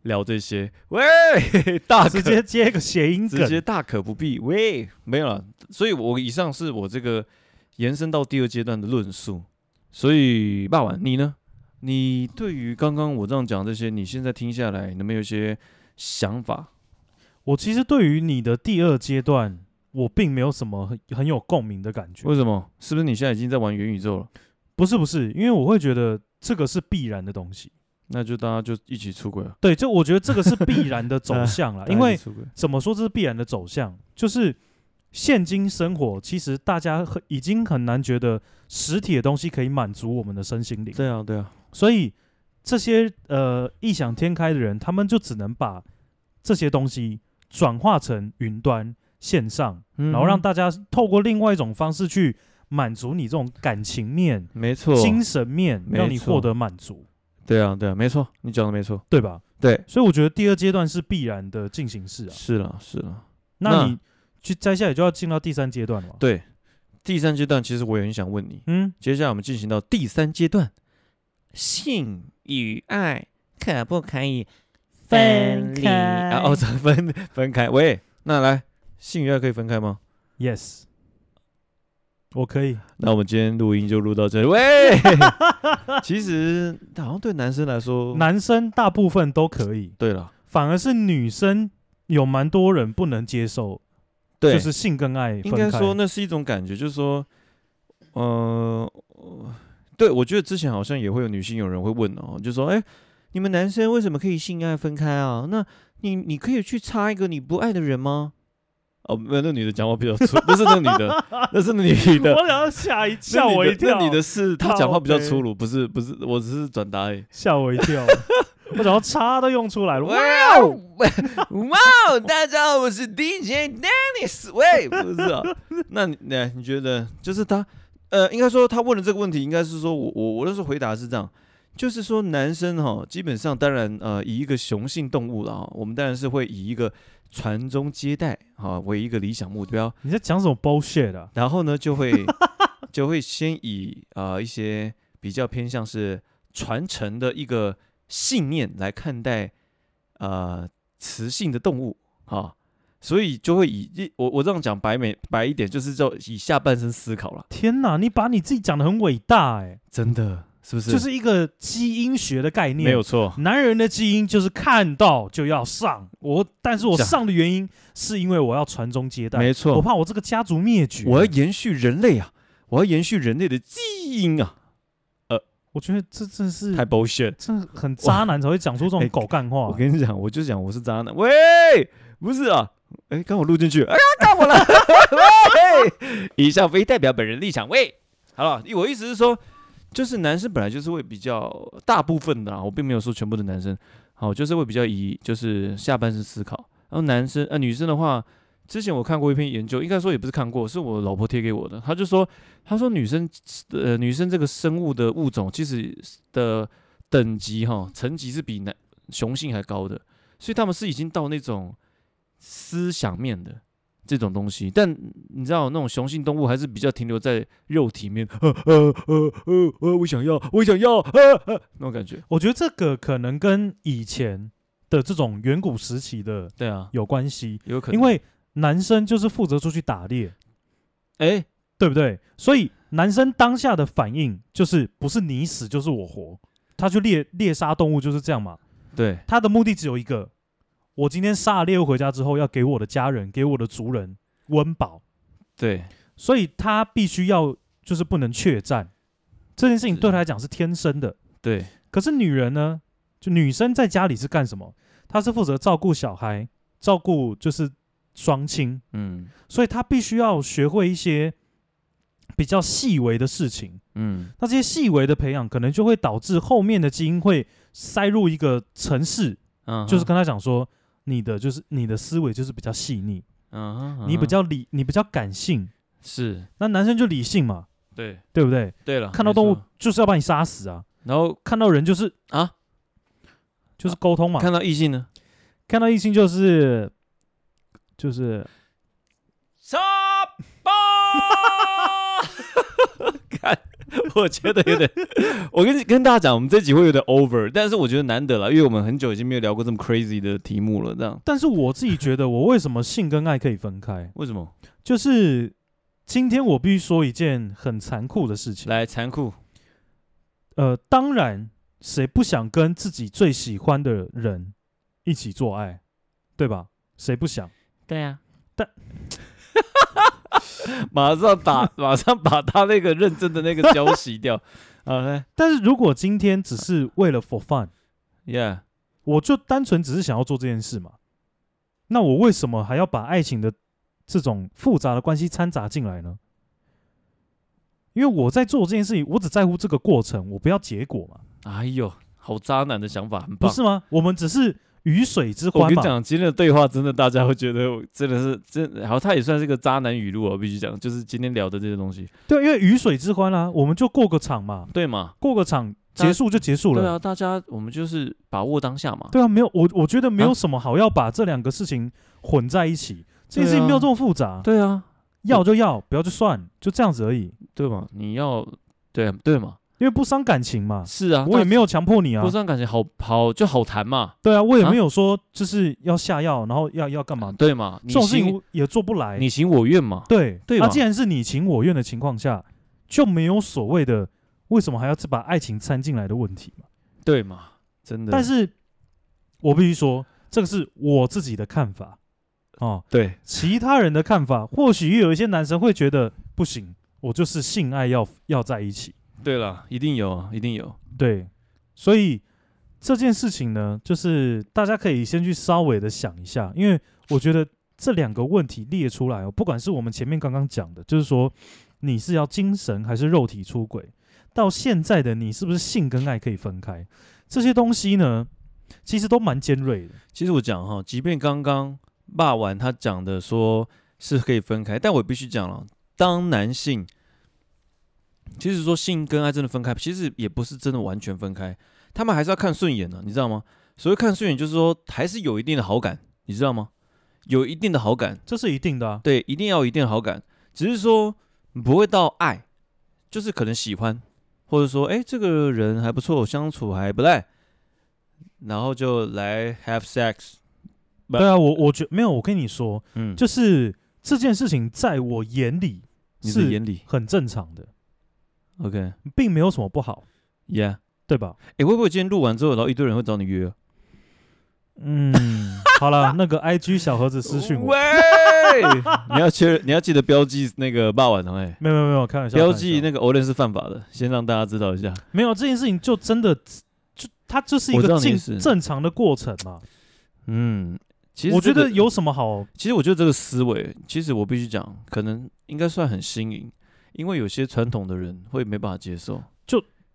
Speaker 2: 聊这些，喂，大可
Speaker 1: 直接接个谐音梗
Speaker 2: 直。接大可不必，喂，没有了。所以我以上是我这个延伸到第二阶段的论述。所以霸王，你呢？你对于刚刚我这样讲这些，你现在听下来，有没有一些想法？
Speaker 1: 我其实对于你的第二阶段，我并没有什么很很有共鸣的感觉。
Speaker 2: 为什么？是不是你现在已经在玩元宇宙了？
Speaker 1: 不是不是，因为我会觉得这个是必然的东西。
Speaker 2: 那就大家就一起出轨了，
Speaker 1: 对，就我觉得这个是必然的走向
Speaker 2: (laughs)
Speaker 1: 了，因
Speaker 2: 嗯大家一
Speaker 1: 为
Speaker 2: 起出轨
Speaker 1: 怎么说这是必然的走向，就是现今生活其实大家很已经很难觉得实体的东西可以满足我们的身心灵，
Speaker 2: 对啊对啊，
Speaker 1: 所以这些呃异想天开的人，他们就只能把这些东西转化成云端线上，
Speaker 2: 然
Speaker 1: 然后让大家透过另外一种方式去满足你这种感情面、
Speaker 2: 没错，
Speaker 1: 精神面，
Speaker 2: 没
Speaker 1: 让你
Speaker 2: 错
Speaker 1: 获得满足，
Speaker 2: 对啊对啊，没错，你讲的没错，
Speaker 1: 对吧？
Speaker 2: 对，
Speaker 1: 所以我觉得第二阶段是必然的进行式啊。
Speaker 2: 是啦是啦，
Speaker 1: 那
Speaker 2: 那
Speaker 1: 你去摘下来就要进到第三阶段了嘛。
Speaker 2: 对，第三阶段其实我也很想问你，
Speaker 1: 嗯，
Speaker 2: 接下来我们进行到第三阶段，性与爱可不可以
Speaker 3: 分
Speaker 2: 离
Speaker 3: 开
Speaker 2: 啊？哦，这分分开，喂，那来，性与爱可以分开吗？
Speaker 1: Yes，我可以。
Speaker 2: 那我们今天录音就录到这里，
Speaker 1: (laughs)
Speaker 2: 喂，其实好像对男生来说，
Speaker 1: 男生大部分都可以，
Speaker 2: 对了。
Speaker 1: 反而是女生有蛮多人不能接受，
Speaker 2: 对，
Speaker 1: 就是性跟爱分
Speaker 2: 应
Speaker 1: 开。
Speaker 2: 该说那是一种感觉，就是说，呃，对我觉得之前好像也会有女性有人会问哦，就说，哎、你们男生为什么可以性爱分开啊？那你你可以去插一个你不爱的人吗？哦，没有，那女的讲话比较
Speaker 1: (laughs)
Speaker 2: 粗，不是那女的，那是那女的，
Speaker 1: 我想要吓一吓我一跳，
Speaker 2: 那女的是她讲话比较
Speaker 1: 靠
Speaker 2: 粗鲁，不是不是，我只是转达而已。
Speaker 1: 吓我一
Speaker 2: (laughs)
Speaker 1: 跳，我想要叉都用出来了。哇
Speaker 2: 哇哦， (laughs) 哇哦！大家好，我是 DJ Dennis。喂，不是啊，那你那你觉得就是他？呃，应该说他问的这个问题，应该是说我我我那时候回答是这样，就是说男生哈，基本上当然呃，以一个雄性动物了哈，我们当然是会以一个传宗接代哈为一个理想目标，
Speaker 1: 你在讲什么 bullshit 啊？
Speaker 2: 然后呢就会 (laughs) 就会先以呃一些比较偏向是传承的一个信念来看待呃雌性的动物啊，所以就会以一我我这样讲白美白一点，就是叫以下半身思考了，
Speaker 1: 天哪，你把你自己讲的很伟大哎、
Speaker 2: 真的是不是？
Speaker 1: 就是一个基因学的概念。
Speaker 2: 没有错，
Speaker 1: 男人的基因就是看到就要上，我但是我
Speaker 2: 这样
Speaker 1: 上的原因是因为我要传宗接代，
Speaker 2: 啊没
Speaker 1: 我
Speaker 2: 错，
Speaker 1: 怕我这个家族灭绝。
Speaker 2: 我要延续人类啊，我要延续人类的基因啊，
Speaker 1: 我觉得这真是
Speaker 2: 太 bullshit。
Speaker 1: 这很渣男才会讲出这种
Speaker 2: 哎
Speaker 1: 狗干话、
Speaker 2: 我跟你讲，我就讲我是渣男。喂，不是啊，哎，刚我录进去，哎呀，干我了。喂，以上非代表本人立场。喂，好了，我意思是说，就是男生本来就是会比较大部分的啦，我并没有说全部的男生，好，就是会比较以就是下半身思考。然后男生呃女生的话，之前我看过一篇研究，应该说也不是看过，是我老婆贴给我的。她就说，她说女生，呃，女生这个生物的物种其实的等级哈，层级是比男雄性还高的，所以他们是已经到那种思想面的这种东西。但你知道，那种雄性动物还是比较停留在肉体面，呃呃呃呃呃，我想要，我想要，呃呃，那种感觉。
Speaker 1: 我觉得这个可能跟以前的这种远古时期的
Speaker 2: 对啊，
Speaker 1: 有关系，
Speaker 2: 有可能，
Speaker 1: 因为男生就是负责出去打猎，
Speaker 2: 哎、
Speaker 1: 对不对？所以男生当下的反应就是不是你死就是我活，他去猎猎杀动物就是这样嘛。
Speaker 2: 对
Speaker 1: 他的目的只有一个：我今天杀了猎物回家之后，要给我的家人、给我的族人温饱，
Speaker 2: 对，
Speaker 1: 所以他必须要就是不能怯战。这件事情
Speaker 2: 是
Speaker 1: 对他来讲是天生的，
Speaker 2: 对，
Speaker 1: 可是女人呢，就女生在家里是干什么？她是负责照顾小孩，照顾就是双亲，
Speaker 2: 嗯
Speaker 1: 所以她必须要学会一些比较细微的事情。
Speaker 2: 嗯，
Speaker 1: 那这些细微的培养，可能就会导致后面的基因会塞入一个城市，
Speaker 2: 嗯
Speaker 1: 就是跟他讲说，你的就是你的思维就是比较细腻，
Speaker 2: 嗯哼，
Speaker 1: 你比
Speaker 2: 嗯哼
Speaker 1: 较理，你比较感性，
Speaker 2: 是
Speaker 1: 那男生就理性嘛，
Speaker 2: 对
Speaker 1: 对不对？
Speaker 2: 对了，
Speaker 1: 看到
Speaker 2: 啊没
Speaker 1: 动物
Speaker 2: 错，
Speaker 1: 就是要把你杀死啊，
Speaker 2: 然后
Speaker 1: 看到人就是
Speaker 2: 啊，
Speaker 1: 就是沟通嘛，
Speaker 2: 看到异性呢，
Speaker 1: 看到异性就是就是
Speaker 2: 杀 (laughs) 吧！看，我觉得有点，我跟你跟大家讲，我们这集会有点 over，但是我觉得难得了，因为我们很久已经没有聊过这么 crazy 的题目了。这样
Speaker 1: 但是我自己觉得，我为什么性跟爱可以分开？
Speaker 2: 为什么？
Speaker 1: 就是今天我必须说一件很残酷的事情。
Speaker 2: 来残酷，
Speaker 1: 呃，当然，谁不想跟自己最喜欢的人一起做爱，对吧？谁不想？
Speaker 2: 对呀、
Speaker 1: 但
Speaker 2: 马上打，马上把 (laughs) 他那个认真的那个消息掉。 (laughs) 啊好嘞
Speaker 1: 但是如果今天只是为了 for fun，
Speaker 2: ，Yeah，
Speaker 1: 我就单纯只是想要做这件事嘛，那我为什么还要把爱情的这种复杂的关系掺杂进来呢？因为我在做这件事情，我只在乎这个过程，我不要结果嘛，
Speaker 2: 哎呦，好渣男的想法，很
Speaker 1: 不
Speaker 2: 棒。
Speaker 1: 是吗？我们只是鱼水之
Speaker 2: 我
Speaker 1: 欢
Speaker 2: 跟你
Speaker 1: 嘛。
Speaker 2: 讲，今天的对话真的，大家会觉得我真的是真，然后他也算是个渣男语录啊，我必须讲，就是今天聊的这些东西，
Speaker 1: 对，因为鱼水之欢啦、我们就过个场嘛，
Speaker 2: 对嘛？
Speaker 1: 过个场结束就结束
Speaker 2: 对
Speaker 1: 了。
Speaker 2: 啊，大家我们就是把握当下嘛。
Speaker 1: 对啊，没有我，我觉得没
Speaker 2: 啊
Speaker 1: 有什么好要把这两个事情混在一起。这件事情没有这么复杂，
Speaker 2: 啊对啊，
Speaker 1: 要就要，不要就算，就这样子而已。
Speaker 2: 对嘛？你要对对嘛？
Speaker 1: 因为不伤感情嘛，
Speaker 2: 是啊，
Speaker 1: 我也没有强迫你
Speaker 2: 有
Speaker 1: 啊
Speaker 2: 不。伤感情，好好就好谈嘛，
Speaker 1: 对啊，我也
Speaker 2: 啊
Speaker 1: 没有说就是要下药，然后要要干嘛？
Speaker 2: 对嘛？你
Speaker 1: 这种事
Speaker 2: 情
Speaker 1: 情也做不来。
Speaker 2: 你情我愿嘛，
Speaker 1: 对
Speaker 2: 对
Speaker 1: 那
Speaker 2: 嘛
Speaker 1: 既然是你情我愿的情况下，就没有所谓的为什么还要把爱情掺进来的问题嘛。
Speaker 2: 对嘛？真的，
Speaker 1: 但是，我必须说，这个是我自己的看法哦。
Speaker 2: 对
Speaker 1: 其他人的看法，或许也有一些男生会觉得不行，我就是性爱要要在一起。
Speaker 2: 对了，一定有，一定有，
Speaker 1: 对，所以这件事情呢，就是大家可以先去稍微的想一下，因为我觉得这两个问题列出来、哦，不管是我们前面刚刚讲的，就是说你是要精神还是肉体出轨，到现在的你是不是性跟爱可以分开，这些东西呢，其实都蛮尖锐的。
Speaker 2: 其实我讲哈，即便刚刚骂完他讲的说是可以分开，但我必须讲了，当男性，其实说性跟爱真的分开，其实也不是真的完全分开，他们还是要看顺眼的、你知道吗？所谓看顺眼，就是说还是有一定的好感，你知道吗？有一定的好感，
Speaker 1: 这是一定的啊，
Speaker 2: 对，一定要有一定的好感，只是说不会到爱，就是可能喜欢，或者说哎、诶这个人还不错，相处还不赖，然后就来 have sex，不
Speaker 1: 对啊，我我觉没有，我跟你说，
Speaker 2: 嗯，
Speaker 1: 就是这件事情在我眼里
Speaker 2: 你的
Speaker 1: 是
Speaker 2: 眼里
Speaker 1: 很正常的，
Speaker 2: ，OK，Yeah，、
Speaker 1: 并没有什么不好，
Speaker 2: Yeah
Speaker 1: 对吧？
Speaker 2: 哎、会不会今天录完之后，然后一堆人会找你约啊？
Speaker 1: 嗯， (laughs) 好了，那个 I G 小盒子私讯我， (laughs)
Speaker 2: 喂，你要确认，你要记得标记那个霸晚堂，哎，
Speaker 1: 没有没有没有，开玩笑，
Speaker 2: 标
Speaker 1: 开玩
Speaker 2: 记
Speaker 1: 笑
Speaker 2: 那个 o l 是犯法的，先让大家知道一下。
Speaker 1: 没有这件事情就真的就它就是一
Speaker 2: 我知道
Speaker 1: 个
Speaker 2: 你
Speaker 1: 正
Speaker 2: 是
Speaker 1: 正常的过程嘛，
Speaker 2: 嗯，其实
Speaker 1: 我觉
Speaker 2: 这个
Speaker 1: 得有什么好
Speaker 2: 其实我觉得这个思维，其实我必须讲，可能应该算很新颖，因为有些传统的人会没办法接受。
Speaker 1: 啊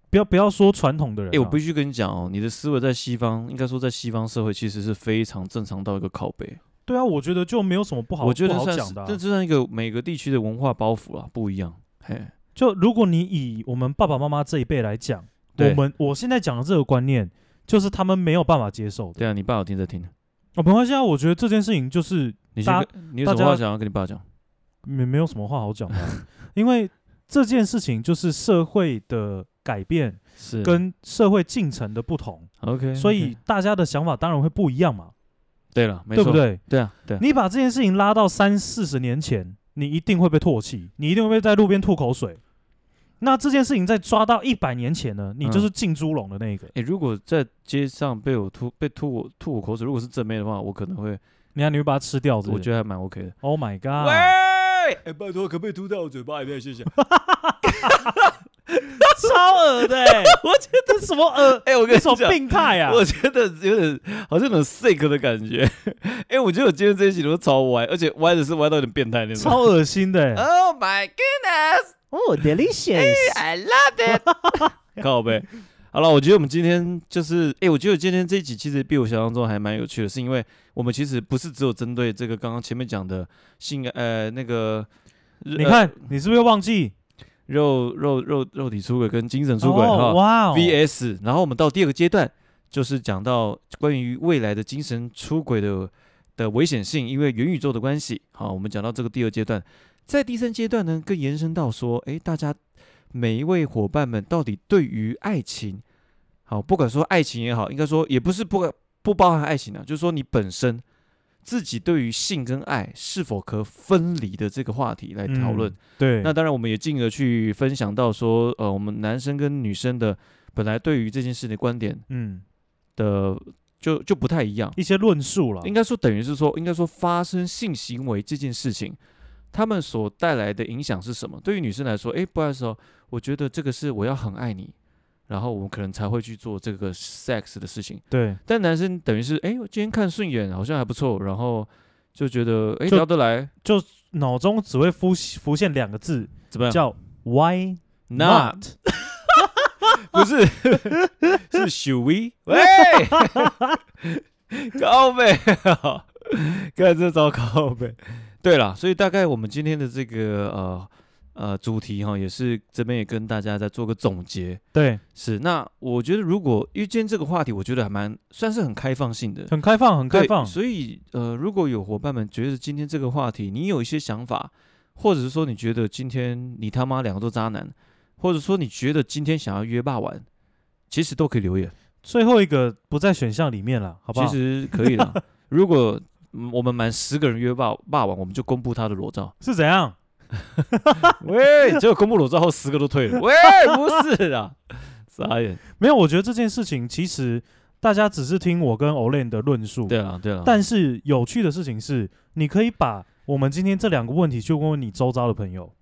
Speaker 1: 不要不要说传统的人、
Speaker 2: 哎、
Speaker 1: 啊，
Speaker 2: 我必须跟你讲哦，你的思维在西方，应该说在西方社会其实是非常正常到一个拷贝。
Speaker 1: 对啊，我觉得就没有什么不好，
Speaker 2: 我觉得
Speaker 1: 不好
Speaker 2: 算
Speaker 1: 讲
Speaker 2: 是
Speaker 1: 的、啊
Speaker 2: 这。这算一个每个地区的文化包袱啊，不一样。嘿，
Speaker 1: 就如果你以我们爸爸妈妈这一辈来讲，
Speaker 2: 对
Speaker 1: 我们我现在讲的这个观念，就是他们没有办法接受的。
Speaker 2: 对啊，你爸有听在听。
Speaker 1: 哦，没关系啊，我觉得这件事情就是
Speaker 2: 你先
Speaker 1: 大
Speaker 2: 跟，你有
Speaker 1: 大
Speaker 2: 什么
Speaker 1: 家
Speaker 2: 话想要跟你爸讲？
Speaker 1: 没没有什么话好讲的啊、
Speaker 2: (laughs)
Speaker 1: 因为这件事情就是社会的改变
Speaker 2: 是
Speaker 1: 跟社会进程的不同，
Speaker 2: OK，
Speaker 1: 所以大家的想法当然会不一样嘛，
Speaker 2: 对了，没
Speaker 1: 对
Speaker 2: 错，
Speaker 1: 不？对？
Speaker 2: 对啊，对啊，
Speaker 1: 你把这件事情拉到三四十年前，你一定会被唾弃，你一定会被在路边吐口水。那这件事情再抓到一百年前呢，
Speaker 2: 嗯
Speaker 1: 你就是进猪笼的那个。
Speaker 2: 诶，如果在街上被我吐被吐我吐我口水，如果是正妹的话，我可能会，
Speaker 1: 你看，你会把它吃掉是不是，
Speaker 2: 我觉得还蛮 OK 的。
Speaker 1: Oh my
Speaker 2: 啊
Speaker 1: god！
Speaker 2: 喂，哎，拜托，可不可以吐到我嘴巴里面？谢 (laughs) 谢。
Speaker 1: 超恶的、欸，我觉得什么恶，
Speaker 2: 哎，我跟
Speaker 1: 这
Speaker 2: 你
Speaker 1: 什么
Speaker 2: 讲，
Speaker 1: 病态啊？
Speaker 2: 我觉得有点好像有点 sick 的感觉。 (laughs) 哎，我觉得我今天这一集都超歪，而且歪的是歪到有点变态那种。
Speaker 1: 超恶心
Speaker 2: (laughs)
Speaker 1: 的、欸，
Speaker 2: Oh my goodness,
Speaker 1: 哦，delicious，
Speaker 2: I (laughs) love it 。靠呗。好了，我觉得我们今天就是，哎、我觉得今天这一集其实比我想象中还蛮有趣的，是因为我们其实不是只有针对这个刚刚前面讲的性，呃，那个，
Speaker 1: 你
Speaker 2: 你
Speaker 1: 看，你是不是又忘记
Speaker 2: 肉肉肉肉体出轨跟精神出轨
Speaker 1: 哦
Speaker 2: 哈
Speaker 1: 哇哦
Speaker 2: VS，然后我们到第二个阶段就是讲到关于未来的精神出轨的的危险性，因为元宇宙的关系，好，我们讲到这个第二阶段，在第三阶段呢，更延伸到说，诶，大家每一位伙伴们到底对于爱情，好，不管说爱情也好，应该说也不是不不包含爱情啊，就是说你本身自己对于性跟爱是否可分离的这个话题来讨论。
Speaker 1: 嗯对，
Speaker 2: 那当然，我们也进而去分享到说，呃，我们男生跟女生的本来对于这件事的观点
Speaker 1: 嗯，
Speaker 2: 的就就不太一样，
Speaker 1: 一些论述了，
Speaker 2: 应该说等于是说，应该说发生性行为这件事情，他们所带来的影响是什么？对于女生来说，诶，不好意思哦，我觉得这个是我要很爱你，然后我们可能才会去做这个 sex 的事情。
Speaker 1: 对，
Speaker 2: 但男生等于是，诶，我今天看顺眼，好像还不错，然后就觉得，诶，
Speaker 1: 就
Speaker 2: 聊得来，
Speaker 1: 脑中只会浮浮现两个字，
Speaker 2: 怎么样？
Speaker 1: 叫 Why
Speaker 2: 嗯 Not
Speaker 1: not？
Speaker 2: (laughs) 不是，是 should we？喂， (laughs) 高呗， (laughs) 看这招高呗。对了，所以大概我们今天的这个呃呃主题哈，也是这边也跟大家再做个总结。
Speaker 1: 对，
Speaker 2: 是，那我觉得如果因为今天这个话题，我觉得还蛮算是很开放性的，
Speaker 1: 很开放，很开
Speaker 2: 对
Speaker 1: 放，
Speaker 2: 所以呃，如果有伙伴们觉得今天这个话题你有一些想法，或者是说你觉得今天你他妈两个都渣男，或者说你觉得今天想要约霸玩，其实都可以留言，
Speaker 1: 最后一个不在选项里面了，好不好？
Speaker 2: 其实可以的。 (laughs) 如果嗯我们满十个人约霸霸玩，我们就公布他的
Speaker 1: (laughs)
Speaker 2: 裸照。
Speaker 1: 是怎样？
Speaker 2: 喂，结果公布裸照后十个都
Speaker 1: (laughs)
Speaker 2: 退了。喂，不是啊， (laughs) 傻眼。
Speaker 1: 没有，我觉得这件事情其实大家只是听我跟 Olen 的论述，
Speaker 2: 对啊，对啊。
Speaker 1: 但是有趣的事情是，你可以把我们今天这两个问题去问问你周遭的朋友，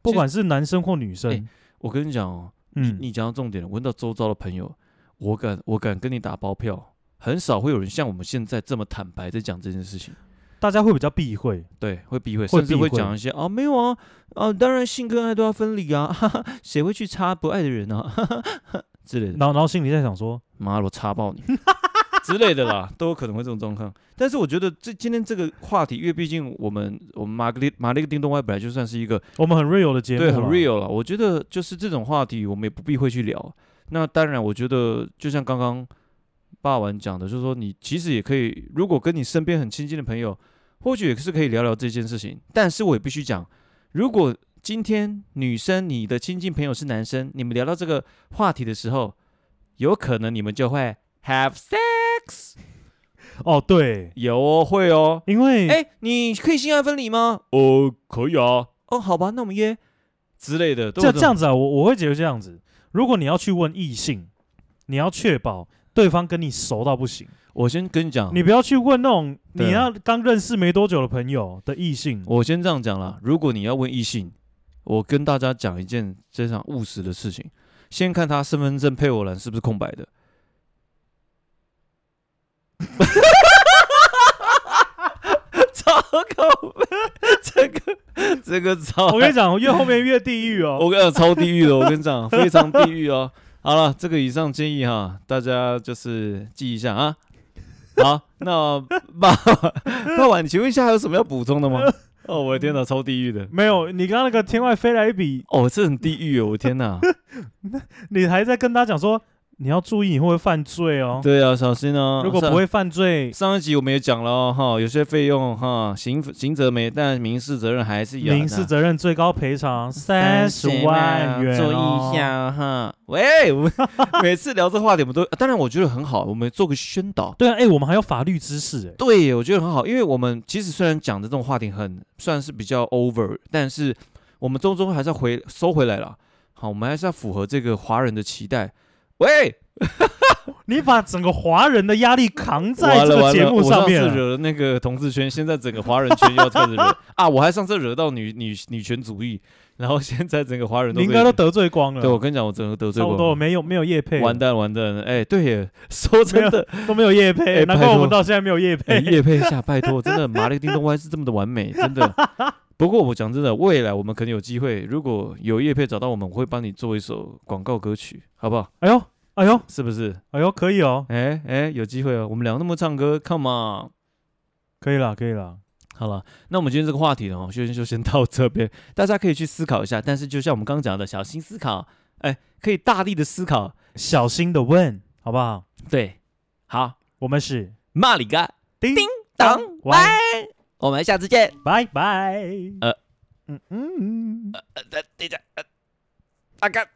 Speaker 1: 不管是男生或女生，
Speaker 2: 哎我跟你讲哦，你
Speaker 1: 嗯，
Speaker 2: 你讲到重点了，问到周遭的朋友，我敢我敢跟你打包票，很少会有人像我们现在这么坦白在讲这件事情。
Speaker 1: 大家会比较避讳，
Speaker 2: 对，会避讳，
Speaker 1: 会
Speaker 2: 甚至
Speaker 1: 避
Speaker 2: 会
Speaker 1: 讳
Speaker 2: 讲一些哦，没有啊，啊，当然性跟爱都要分离啊，哈哈，谁会去插不爱的人啊哈哈哈之类的，
Speaker 1: 然后然后心里在想说，
Speaker 2: 妈的，我插爆你之类的啦，都有可能会这种状况。但是我觉得这今天这个话题，因为毕竟我们我们马格丽马丽个叮咚歪本来就算是一个
Speaker 1: 我们很 real 的节目，
Speaker 2: 对，很。real 了。我觉得就是这种话题，我们也不必会去聊。那当然，我觉得就像刚刚霸王讲的，就是说你其实也可以，如果跟你身边很亲近的朋友，或许也是可以聊聊这件事情。但是我也必须讲，如果今天女生你的亲近朋友是男生，你们聊到这个话题的时候，有可能你们就会 have sex，
Speaker 1: 哦，对，
Speaker 2: 有哦，会哦。
Speaker 1: 因为、
Speaker 2: 哎、你可以性爱分离吗？哦，可以啊。哦，好吧，那我们约之类的。都有
Speaker 1: 这
Speaker 2: 种
Speaker 1: 这样子啊，我我会觉得这样子，如果你要去问异性，你要确保对方跟你熟到不行，
Speaker 2: 我先跟你讲，
Speaker 1: 你不要去问那种
Speaker 2: 啊对啊
Speaker 1: 你要刚认识没多久的朋友的异性。
Speaker 2: 我先这样讲啦。如果你要问异性，我跟大家讲一件非常务实的事情，先看他身份证配偶栏是不是空白的。 (laughs) 糟糕， (laughs) 这个这个糟，
Speaker 1: 我跟你讲，越后面越地狱哦。
Speaker 2: (laughs) 我跟你讲超地狱的，我跟你讲非常 (laughs) 地狱哦。好了，这个以上建议哈，大家就是记一下啊。好，那 (laughs) 爸，那婉，请问一下还有什么要补充的吗？ (laughs) 哦，我的天哪，超地狱的！
Speaker 1: 没有，你刚刚那个天外飞来一笔，
Speaker 2: 哦，这很地狱哦，我的天 (laughs) 哪！
Speaker 1: 你还在跟他讲说你要注意，你会不会犯罪哦？
Speaker 2: 对啊，小心哦。
Speaker 1: 如果
Speaker 2: 上
Speaker 1: 不，会犯罪，
Speaker 2: 上一集我们也讲了哦哈，有些费用哈，刑刑责没，但民事责任还是有的。
Speaker 1: 民事责任最高赔偿三十万元、哦
Speaker 2: 注意一。下哈。喂，我们 (laughs) 每次聊这话题，我们都当然我觉得很好，我们做个宣导。
Speaker 1: 对啊，哎、我们还有法律知识哎、
Speaker 2: 对，我觉得很好，因为我们其实虽然讲的这种话题很算是比较 over，但是我们终究还是要回收回来了。好，我们还是要符合这个华人的期待。喂，
Speaker 1: 你把整个华人的压力扛在
Speaker 2: 完
Speaker 1: 这
Speaker 2: 了
Speaker 1: 个
Speaker 2: 完
Speaker 1: 节
Speaker 2: 了，
Speaker 1: 目
Speaker 2: 我
Speaker 1: 上
Speaker 2: 上次
Speaker 1: 面啊了
Speaker 2: 惹了那个同志圈，现在整个华人圈又要开始 (laughs) 惹啊！我还上次惹到女女女权主义，然后现在整个华人都
Speaker 1: 你应
Speaker 2: 被
Speaker 1: 该都得罪光了。
Speaker 2: 对我跟你讲，我整个得罪
Speaker 1: 差不
Speaker 2: 过
Speaker 1: 多，，没有没有叶配了，
Speaker 2: 完蛋完蛋了，哎，对耶，说真的，
Speaker 1: 都没有叶
Speaker 2: 哎
Speaker 1: 配，难怪
Speaker 2: 拜托
Speaker 1: 我们到现在没有叶
Speaker 2: 哎，
Speaker 1: 配。
Speaker 2: 叶配一下，拜托，真的麻利叮咚歪是这么的完美，真的。不过我讲真的，未来我们可能有机会，如果有叶配找到我们，我会帮你做一首广告歌曲，好不好？
Speaker 1: 哎呦哎呦
Speaker 2: 是不是？
Speaker 1: 哎呦，可以哦，
Speaker 2: 哎哎，有机会哦，我们两个那么唱歌，come on。
Speaker 1: 可以啦可以啦。
Speaker 2: 好了，那我们今天这个话题呢，哦就先就先到这边，大家可以去思考一下。但是就像我们刚刚讲的，小心思考，哎，可以大力的思考。
Speaker 1: 小心的问，好不好？
Speaker 2: 对，好，
Speaker 1: 我们是
Speaker 2: 骂你个
Speaker 1: 叮
Speaker 2: 叮当
Speaker 1: 完，
Speaker 2: 我们下次见。
Speaker 1: 拜拜。
Speaker 2: 呃
Speaker 1: 嗯嗯。
Speaker 2: 呃，等一下，呃，大哥。